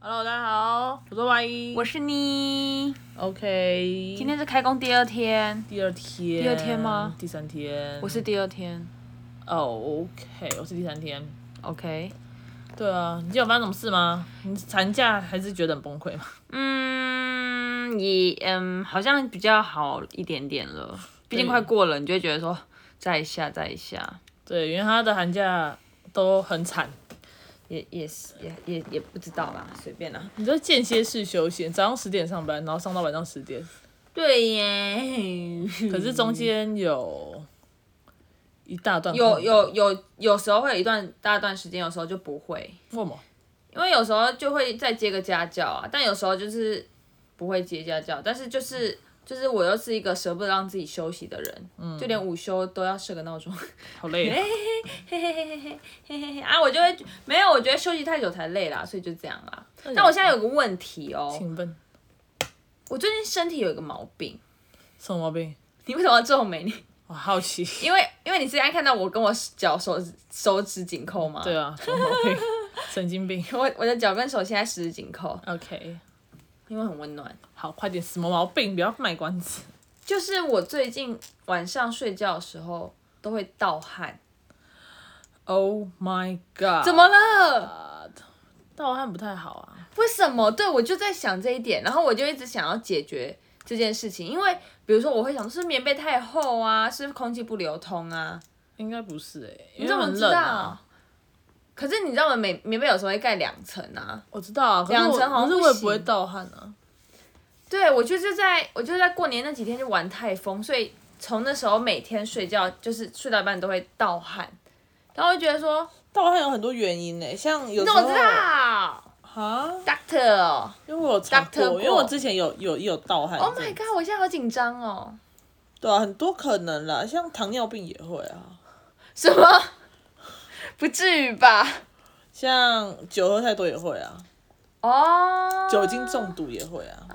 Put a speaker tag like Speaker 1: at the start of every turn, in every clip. Speaker 1: Hello，大家好，我是 Y，
Speaker 2: 我是你。
Speaker 1: OK，
Speaker 2: 今天是开工第二天，
Speaker 1: 第二天，
Speaker 2: 第二天吗
Speaker 1: 第三天，
Speaker 2: 我是第二天。
Speaker 1: 哦、o k 我是第三天。
Speaker 2: OK，
Speaker 1: 对啊，你今天有发生什么事吗？你产假还是觉得很崩溃吗？
Speaker 2: 嗯，也嗯，好像比较好一点点了。毕竟快过了，你就会觉得说再一下，再一下，
Speaker 1: 对，因为他的寒假都很惨，
Speaker 2: 也也是也也也不知道啦，随便啦。
Speaker 1: 你都间歇式休息，早上十点上班，然后上到晚上十点，
Speaker 2: 对 耶，
Speaker 1: 可是中间有一大段
Speaker 2: 有
Speaker 1: 空
Speaker 2: 有有有时候会有一段大段时间，有时候就不会，
Speaker 1: 为什么？
Speaker 2: 因为有时候就会再接个家教啊，但有时候就是不会接家教，但是就是就是我又是一个舍不得让自己休息的人，
Speaker 1: 嗯
Speaker 2: 就连午休都要设个闹钟，
Speaker 1: 好累、
Speaker 2: 哎
Speaker 1: 啊，
Speaker 2: 嘿嘿嘿嘿嘿嘿嘿嘿啊，我就会没有，我觉得休息太久才累啦，所以就这样啦。但我现在有个问题哦、
Speaker 1: 勤奋，
Speaker 2: 我最近身体有一个毛病，
Speaker 1: 什么毛病？
Speaker 2: 你为什么要皱眉？你
Speaker 1: 我好 奇。
Speaker 2: 因为因为你之前看到我跟我脚手指手指紧扣吗？
Speaker 1: 对啊，什么毛病？神经病。
Speaker 2: 我我的脚跟手现在十指紧扣，
Speaker 1: OK，
Speaker 2: 因为很温暖。
Speaker 1: 好，快点，什么毛病？不要卖关子。
Speaker 2: 就是我最近晚上睡觉的时候都会盗
Speaker 1: 啊
Speaker 2: 汗，
Speaker 1: Oh my god！
Speaker 2: 怎么了？
Speaker 1: 盗汗不太好啊？
Speaker 2: 为什么？对我就在想这一点，然后我就一直想要解决这件事情，因为比如说我会想，是不是棉被太厚啊，是不是空气不流通啊？
Speaker 1: 应该不是哎、欸，因
Speaker 2: 你
Speaker 1: 为
Speaker 2: 怎么
Speaker 1: 很
Speaker 2: 知
Speaker 1: 冷
Speaker 2: 道？
Speaker 1: 啊。
Speaker 2: 可是你知道吗？棉棉被有时候会盖两层啊。
Speaker 1: 我知道啊，可是
Speaker 2: 两
Speaker 1: 我
Speaker 2: 层好像
Speaker 1: 可是我
Speaker 2: 不
Speaker 1: 也
Speaker 2: 行
Speaker 1: 不会盗汗啊。
Speaker 2: 对，我就是在我就在过年那几天就玩太疯，所以从那时候每天睡觉就是睡到一半都会盗汗，然后我就觉得说，
Speaker 1: 盗汗有很多原因呢、欸像有
Speaker 2: 你
Speaker 1: 时
Speaker 2: 怎
Speaker 1: 候
Speaker 2: 么知道
Speaker 1: 啊，
Speaker 2: ？Doctor 哦。
Speaker 1: 因为我有查
Speaker 2: Doctor 过
Speaker 3: 因为我之前有有也有盗汗症
Speaker 2: Oh my god！我现在好紧张哦。
Speaker 3: 对啊，很多可能啦，像糖尿病也会啊，
Speaker 2: 什么？ 不至于吧？
Speaker 3: 像酒喝太多也会啊，
Speaker 2: 哦、
Speaker 3: 酒精中毒也会啊，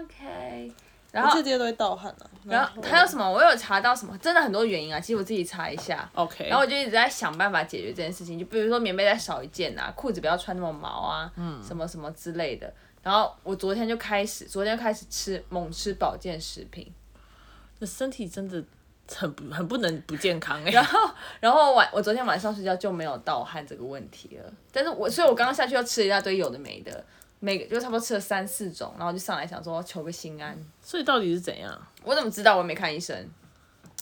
Speaker 2: OK。
Speaker 3: 我
Speaker 2: 然后
Speaker 3: 这，些都会盗汗啊。
Speaker 2: 然后还有什么？我有查到什么？真的很多原因啊。其实我自己查一下。
Speaker 1: OK，
Speaker 2: 然后我就一直在想办法解决这件事情，就比如说棉被再少一件啊，裤子不要穿那么毛啊，什么什么之类的。然后我昨天就开始，昨天就开始吃猛吃保健食品，
Speaker 1: 那身体真的很不很不能不健康哎、
Speaker 2: 然后然后晚我昨天晚上睡觉就没有盗汗这个问题了，但是我所以我刚刚下去又吃了一大堆有的没的，每个就差不多吃了三四种，然后就上来想说求个心安。
Speaker 1: 所以到底是怎样？
Speaker 2: 我怎么知道我没看医生？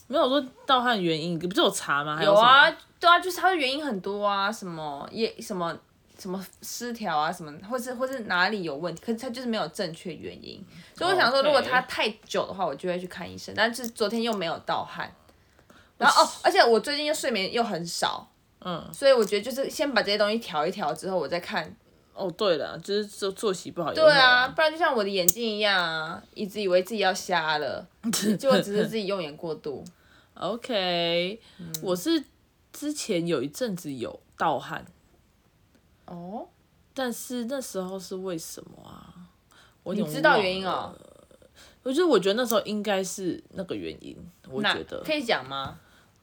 Speaker 1: 没有说盗汗原因，你不是有查吗？还
Speaker 2: 有
Speaker 1: 什么，
Speaker 2: 啊，对啊，就是它的原因很多啊，什么也什么什么失调啊，什么或是或是哪里有问题，可是它就是没有正确原因。所以我想说，
Speaker 1: 哦 OK
Speaker 2: 如果它太久的话，我就会去看医生。但是昨天又没有盗汗，然后哦，而且我最近又睡眠又很少，
Speaker 1: 嗯，
Speaker 2: 所以我觉得就是先把这些东西调一调之后，我再看。
Speaker 1: 哦对了，就是作作息不好也会。
Speaker 2: 对啊，不然就像我的眼睛一样啊，一直以为自己要瞎了，结果只是自己用眼 过度。
Speaker 1: OK，、我是之前有一阵子有盗汗，
Speaker 2: 哦，
Speaker 1: 但是那时候是为什么啊？我有
Speaker 2: 你
Speaker 1: 点
Speaker 2: 知道原因
Speaker 1: 忘
Speaker 2: 哦
Speaker 1: 了？？我就是我觉得那时候应该是那个原因，我
Speaker 2: 那
Speaker 1: 觉得
Speaker 2: 可以讲吗？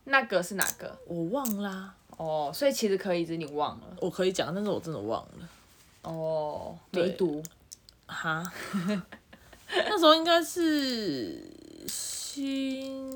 Speaker 2: 那个是哪个？
Speaker 1: 我忘啦、
Speaker 2: 哦，所以其实可以，只是你忘了。
Speaker 1: 我可以讲，但是我真的忘了
Speaker 2: 哦，
Speaker 1: 对
Speaker 2: 梅毒。
Speaker 1: 哈。 那时候应该是心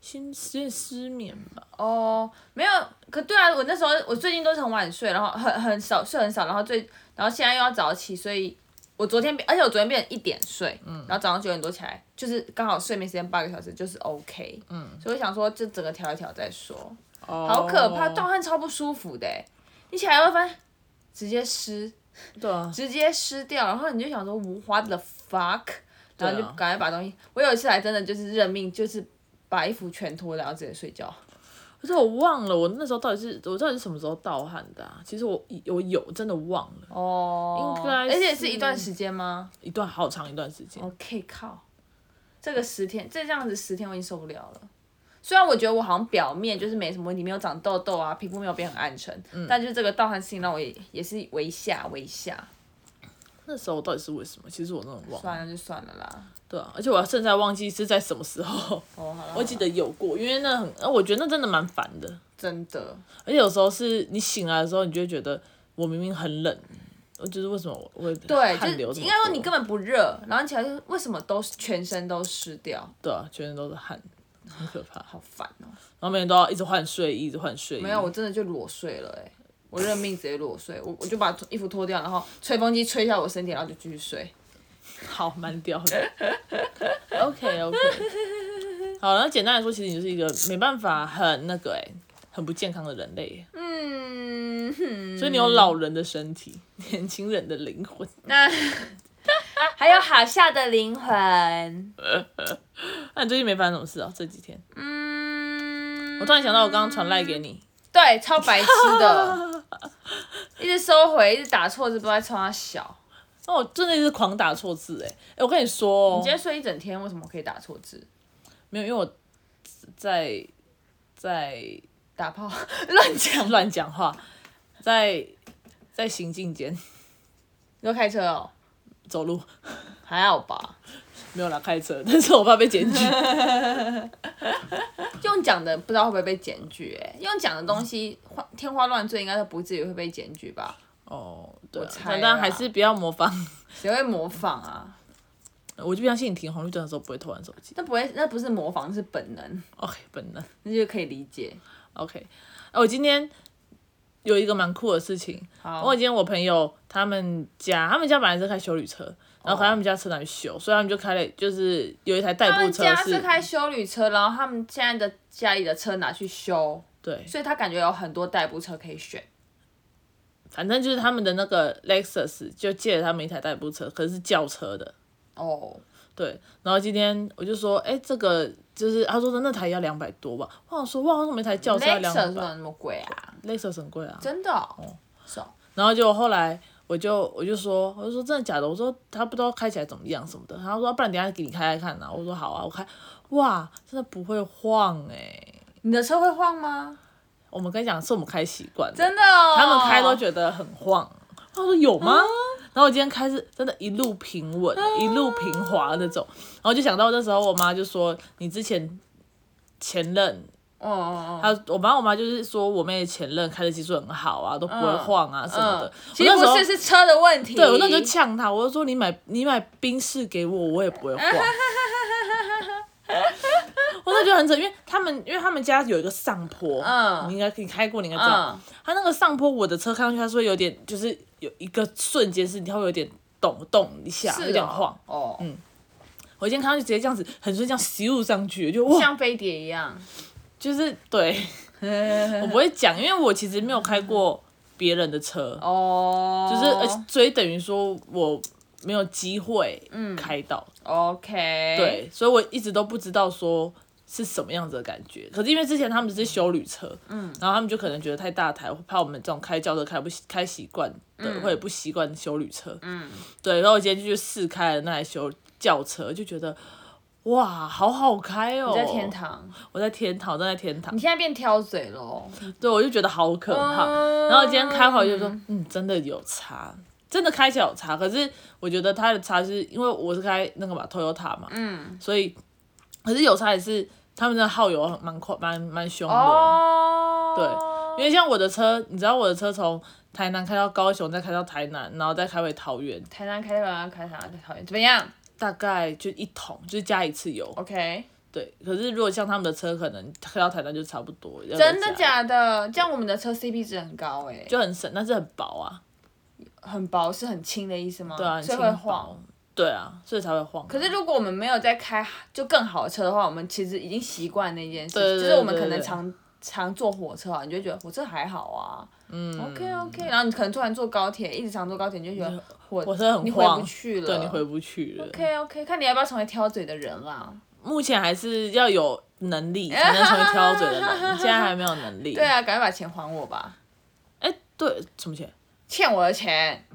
Speaker 1: 心有点失眠吧，
Speaker 2: 哦，没有，可对啊，我那时候我最近都是很晚睡，然后很很少睡很少，然后最然后现在又要早起，所以我昨天变，而且我昨天变成一点睡，然后早上九点多起来，就是刚好睡眠时间八个小时，就是 OK，嗯，哦所以我想说就整个调一调再说，好
Speaker 1: 好
Speaker 2: 可怕，盗汗超不舒服的欸，你起来会发现直接湿，
Speaker 1: 对啊，
Speaker 2: 直接湿掉，然后你就想说无花的 fuck，然后就
Speaker 1: 对啊
Speaker 2: 赶快把东西。我有一次还真的就是认命，就是把衣服全脱了，然后直接睡觉。
Speaker 1: 可是我忘了我那时候到底是我到底是什么时候盗汗的啊？其实我我有真的忘了
Speaker 2: 哦，
Speaker 1: 应该
Speaker 2: 而且
Speaker 1: 是
Speaker 2: 是一段时间吗
Speaker 1: 一段好长一段时间，
Speaker 2: ？OK，靠，这个十天，这这样子十天我已经受不了了。虽然我觉得我好像表面就是没什么问题，没有长痘痘啊，皮肤没有变很暗沉，但就是这个盗汗事情让我也也是微下微下，
Speaker 1: 那时候到底是为什么？其实我真的忘了。
Speaker 2: 算了就算了啦。
Speaker 1: 对啊，而且我甚至还忘记是在什么时候，
Speaker 2: 哦，好了，
Speaker 1: 我记得有过，因为那很，呃我觉得那真的蛮烦的。
Speaker 2: 真的，
Speaker 1: 而且有时候是你醒来的时候，你就会觉得我明明很冷，我就是为什么我会
Speaker 2: 对，
Speaker 1: 汗
Speaker 2: 就
Speaker 1: 流这
Speaker 2: 是
Speaker 1: 么
Speaker 2: 应该说
Speaker 1: 多
Speaker 2: 你根本不热，然后你起来就是为什么都全身都湿掉，
Speaker 1: 对啊，全身都是汗，很可怕。
Speaker 2: 好烦哦、
Speaker 1: 然后每天都要一直换睡衣，一直换睡衣。
Speaker 2: 没有，我真的就裸睡了哎、我认命直接裸睡，我我就把衣服脱掉，然后吹风机吹一下我身体，然后就继续睡。
Speaker 1: 好蛮屌的。OK OK，好，那简单来说，其实你就是一个没办法很那个哎、很不健康的人类，
Speaker 2: 嗯，哼
Speaker 1: 所以你有老人的身体，年轻人的灵魂。
Speaker 2: 那还有好笑的灵魂，
Speaker 1: 那你最近没发生什么事啊？这几天，
Speaker 2: 嗯，
Speaker 1: 我突然想到我刚刚传赖给你，
Speaker 2: 对，超白痴的，一直收回，一直打错字，不知道在冲他小。
Speaker 1: 那我真的是狂打错字哎、哎、我跟你说、
Speaker 2: 你
Speaker 1: 哦，
Speaker 2: 今天睡一整天，为什么可以打错字？
Speaker 1: 没有，因为我在在
Speaker 2: 打炮 乱讲，
Speaker 1: 乱讲话，在在行进间
Speaker 2: 你说开车哦，
Speaker 1: 走路。
Speaker 2: 还好吧？
Speaker 1: 没有啦，开车，但是我怕被检举。
Speaker 2: 用讲的不知道会不会被检举、欸？哎，用讲的东西花天花乱坠，应该都不至于会被检举吧？
Speaker 1: 哦，对啊，
Speaker 2: 猜
Speaker 1: 但但
Speaker 2: 啦
Speaker 1: 还是不要模仿。
Speaker 2: 谁会模仿啊？
Speaker 1: 我就不相信你停红绿灯的时候不会偷玩手机。
Speaker 2: 那不会，那不是模仿，是本能，
Speaker 1: OK，本能。
Speaker 2: 那就可以理解。
Speaker 1: OK，哎、我今天有一个蛮酷的事情。
Speaker 2: 好，
Speaker 1: 我今天我朋友他们家，他们家本来是开修理车，
Speaker 2: 哦
Speaker 1: 然后可能他们家车拿去修，所以他们就开了，就是有一台代
Speaker 2: 他
Speaker 1: 步
Speaker 2: 们
Speaker 1: 车
Speaker 2: 家
Speaker 1: 是
Speaker 2: 是，开修旅车，然后他们现在的家里的车拿去修，
Speaker 1: 对，
Speaker 2: 所以他感觉有很多代步车可以选。
Speaker 1: 反正就是他们的那个 Lexus 就借了他们一台代步车，可是是轿车的。
Speaker 2: 哦，
Speaker 1: 对，然后今天我就说，哎、这个就是他说的那台要两百多吧，我想说，哇，为什么一台轿车要
Speaker 2: Lexus
Speaker 1: 两
Speaker 2: 怎
Speaker 1: 百
Speaker 2: 么那么贵啊？
Speaker 1: ？Lexus 很贵啊，
Speaker 2: 真的哦，是哦，
Speaker 1: 然后结果后来我就我就说，我就说真的假的？我说他不知道开起来怎么样什么的。然后他说、啊不然等一下给你开开看呐、我说好啊，我开，哇，真的不会晃哎、
Speaker 2: 你的车会晃吗？
Speaker 1: 我们跟你讲，是我们开习惯了，
Speaker 2: 真的哦，嗯
Speaker 1: 他们开都觉得很晃。他说有吗？
Speaker 2: 哦
Speaker 1: 然后我今天开是真的一路平稳，一路平滑那种。然后就想到那时候我妈就说，你之前前任
Speaker 2: 嗯，嗯嗯嗯，
Speaker 1: 他，我妈我妈就是说我妹的前任开的技术很好啊，都不会晃啊什么的。我
Speaker 2: 嗯其实
Speaker 1: 那时
Speaker 2: 不
Speaker 1: 候
Speaker 2: 是是车的问题。
Speaker 1: 对我那时候就呛他，我就说你买你买冰室给我，我也不会晃。 我那时候就很扯，因为他们因为他们家有一个上坡，
Speaker 2: 嗯
Speaker 1: 你应该你开过，你应该知道
Speaker 2: 嗯，，
Speaker 1: 他、那个上坡，我的车看上去它是会有点，就是有一个瞬间是你会有点动动一下，
Speaker 2: 是
Speaker 1: 有点晃嗯
Speaker 2: 哦。哦，
Speaker 1: 我今天看上去直接这样子，很顺这样咻上去，就哇，
Speaker 2: 像飞碟一样。
Speaker 1: 就是对我不会讲，因为我其实没有开过别人的车，
Speaker 2: 哦，
Speaker 1: 就是而且所以等于说我没有机会
Speaker 2: 嗯
Speaker 1: 开到。
Speaker 2: OK，，
Speaker 1: 对，所以我一直都不知道说是什么样子的感觉。可是因为之前他们是修旅车，嗯，然后他们就可能觉得太大台，怕我们这种开轿车开不习开习惯
Speaker 2: 嗯
Speaker 1: 的，会不习惯修旅车，嗯，对。然后我今天就去试开了那台修轿车，就觉得哇，好好开哦！
Speaker 2: 你在天，堂，
Speaker 1: 我在天堂，正在天堂
Speaker 2: 你。现在变挑嘴喽。
Speaker 1: 对，我就觉得嗯好可怕。
Speaker 2: 嗯
Speaker 1: 然后今天开回来就说，嗯，真的有差，真的开起来有差。可是我觉得它的差是因为我是开那个嘛 Toyota 嘛，
Speaker 2: 嗯，
Speaker 1: 所以可是有差也是他们的耗油蛮快蛮蛮凶的。
Speaker 2: 哦，
Speaker 1: 对因为像我的车，你知道我的车从台南开到高雄，再开到台南，然后再开回桃园，
Speaker 2: 台南开台湾开啥？讨厌怎么样
Speaker 1: 大概就一桶，就是加一次油。
Speaker 2: ？OK，
Speaker 1: 对，哦可是如果像他们的车，可能开到台南就差不多。要再
Speaker 2: 真的
Speaker 1: 加
Speaker 2: 假的？这样我们的车 CP 值很高哎，
Speaker 1: 就很省，但是很薄啊，
Speaker 2: 很薄是很轻的意思吗？
Speaker 1: 对啊，很
Speaker 2: 所以
Speaker 1: 轻
Speaker 2: 会晃
Speaker 1: 薄。。对啊，所以才会晃。
Speaker 2: 可是如果我们没有在开就更好的车的话，我们其实已经习惯那件事，
Speaker 1: 对对
Speaker 2: 就是我们
Speaker 1: 对
Speaker 2: 可能
Speaker 1: 对
Speaker 2: 常常坐火车啊，你就觉得火车还好啊，嗯，OK OK，然后你可能突然坐高铁，一直常坐高铁，你就觉得火
Speaker 1: 火车很
Speaker 2: 你回
Speaker 1: 晃
Speaker 2: 不去了，
Speaker 1: 对你回不去了。
Speaker 2: OK OK，看你要不要成为挑嘴的人啦、
Speaker 1: 目前还是要有能力才能成为挑嘴的 人，现在还没有能力。
Speaker 2: 对，啊，赶快把钱还我吧，
Speaker 1: 哎、对，什么钱？
Speaker 2: 欠我的钱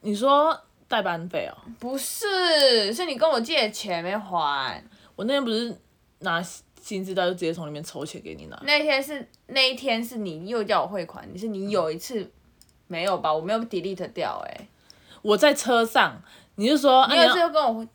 Speaker 1: 你说代班费哦、
Speaker 2: 不是，是你跟我借的钱没还。
Speaker 1: 我那天不是拿薪资袋就直接从里面抽钱给你拿，
Speaker 2: 那天是那一天是你又叫我汇款，你是你有一次没有吧？我没有 delete 掉哎、
Speaker 1: 我在车上，你就说，哎、
Speaker 2: 你有一
Speaker 1: 你
Speaker 2: 次
Speaker 1: 要
Speaker 2: 又跟我，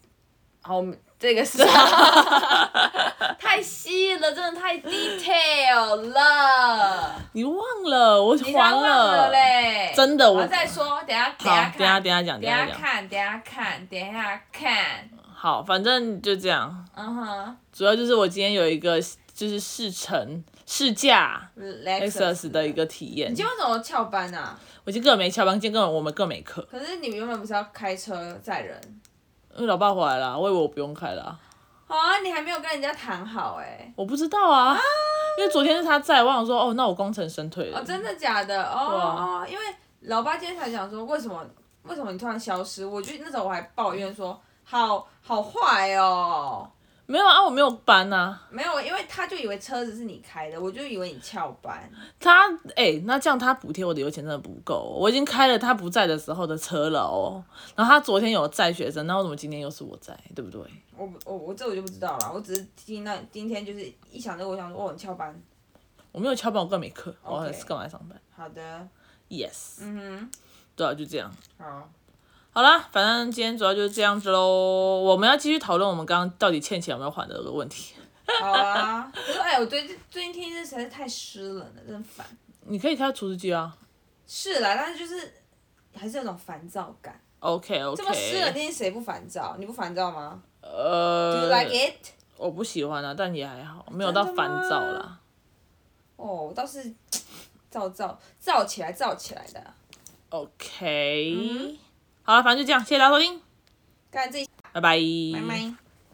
Speaker 2: 好，我们这个是啥太细了，真的太 detail 了，
Speaker 1: 你忘了，我
Speaker 2: 你
Speaker 1: 还
Speaker 2: 才忘了嘞。
Speaker 1: 真的我
Speaker 2: 好再说，等一下等一
Speaker 1: 好
Speaker 2: 下，
Speaker 1: 等一下等
Speaker 2: 看，
Speaker 1: 一下讲，
Speaker 2: 等
Speaker 1: 等
Speaker 2: 一
Speaker 1: 一下
Speaker 2: 下
Speaker 1: 讲。
Speaker 2: 看，等一下看，等一下看，
Speaker 1: 好，反正就这样。
Speaker 2: 嗯哼
Speaker 1: 主要就是我今天有一个就是试乘试驾 Lexus
Speaker 2: ，Lexus
Speaker 1: 的一个体验
Speaker 2: 你。今天为什么翘班啊？
Speaker 1: 我今天根本没翘班，今天根本我们更没课，
Speaker 2: 可是你原本不是要开车载人
Speaker 1: 因为老爸回来了，我以为我不用开了啊、
Speaker 2: 啊？你还没有跟人家谈好哎、
Speaker 1: 我不知道啊，因为昨天是他在，我想说哦，那我功成身退了。
Speaker 2: 哦，真的假的？哦
Speaker 1: 啊
Speaker 2: 哦，因为老爸今天才讲说，为什么为什么你突然消失？我就那时候我还抱怨说，好好坏哦。
Speaker 1: 没有啊，我没有班啊。
Speaker 2: 没有，因为他就以为车子是你开的，我就以为你翘班。
Speaker 1: 他哎、那这样他补贴我的油钱真的不够哦、我已经开了他不在的时候的车了哦。然后他昨天有载学生，那为什么今天又是我载，对不对？
Speaker 2: 我不我我这我就不知道了，我只是听到今天就是一想着我想说，哦，你翘班。
Speaker 1: 我没有翘班，我更没课，我
Speaker 2: OK
Speaker 1: 还是更来上班。
Speaker 2: 好的，
Speaker 1: Yes，
Speaker 2: 嗯
Speaker 1: 对啊，就这样。
Speaker 2: 哼，好，
Speaker 1: 好啦，反正今天主要就是这样子喽。我们要继续讨论我们刚刚到底欠钱有没有还的问题。
Speaker 2: 好啊。可是哎、我最近最近天气实在是太湿冷了，真烦。
Speaker 1: 你可以开除湿机啊。
Speaker 2: 是啦，但是就是还是有种烦躁感。
Speaker 1: OK
Speaker 2: 这么湿冷
Speaker 1: OK。
Speaker 2: 天气谁不烦躁？你不烦躁吗？Do you
Speaker 1: 呃
Speaker 2: like it？
Speaker 1: 我不喜欢啊，但也还好，没有到烦躁
Speaker 2: 真的
Speaker 1: 啦。
Speaker 2: 哦，我倒是造造造起来造起来的，嗯
Speaker 1: OK，、好了，反正就这样，谢谢大家收听，
Speaker 2: 干这一
Speaker 1: 拜拜，
Speaker 2: 拜拜。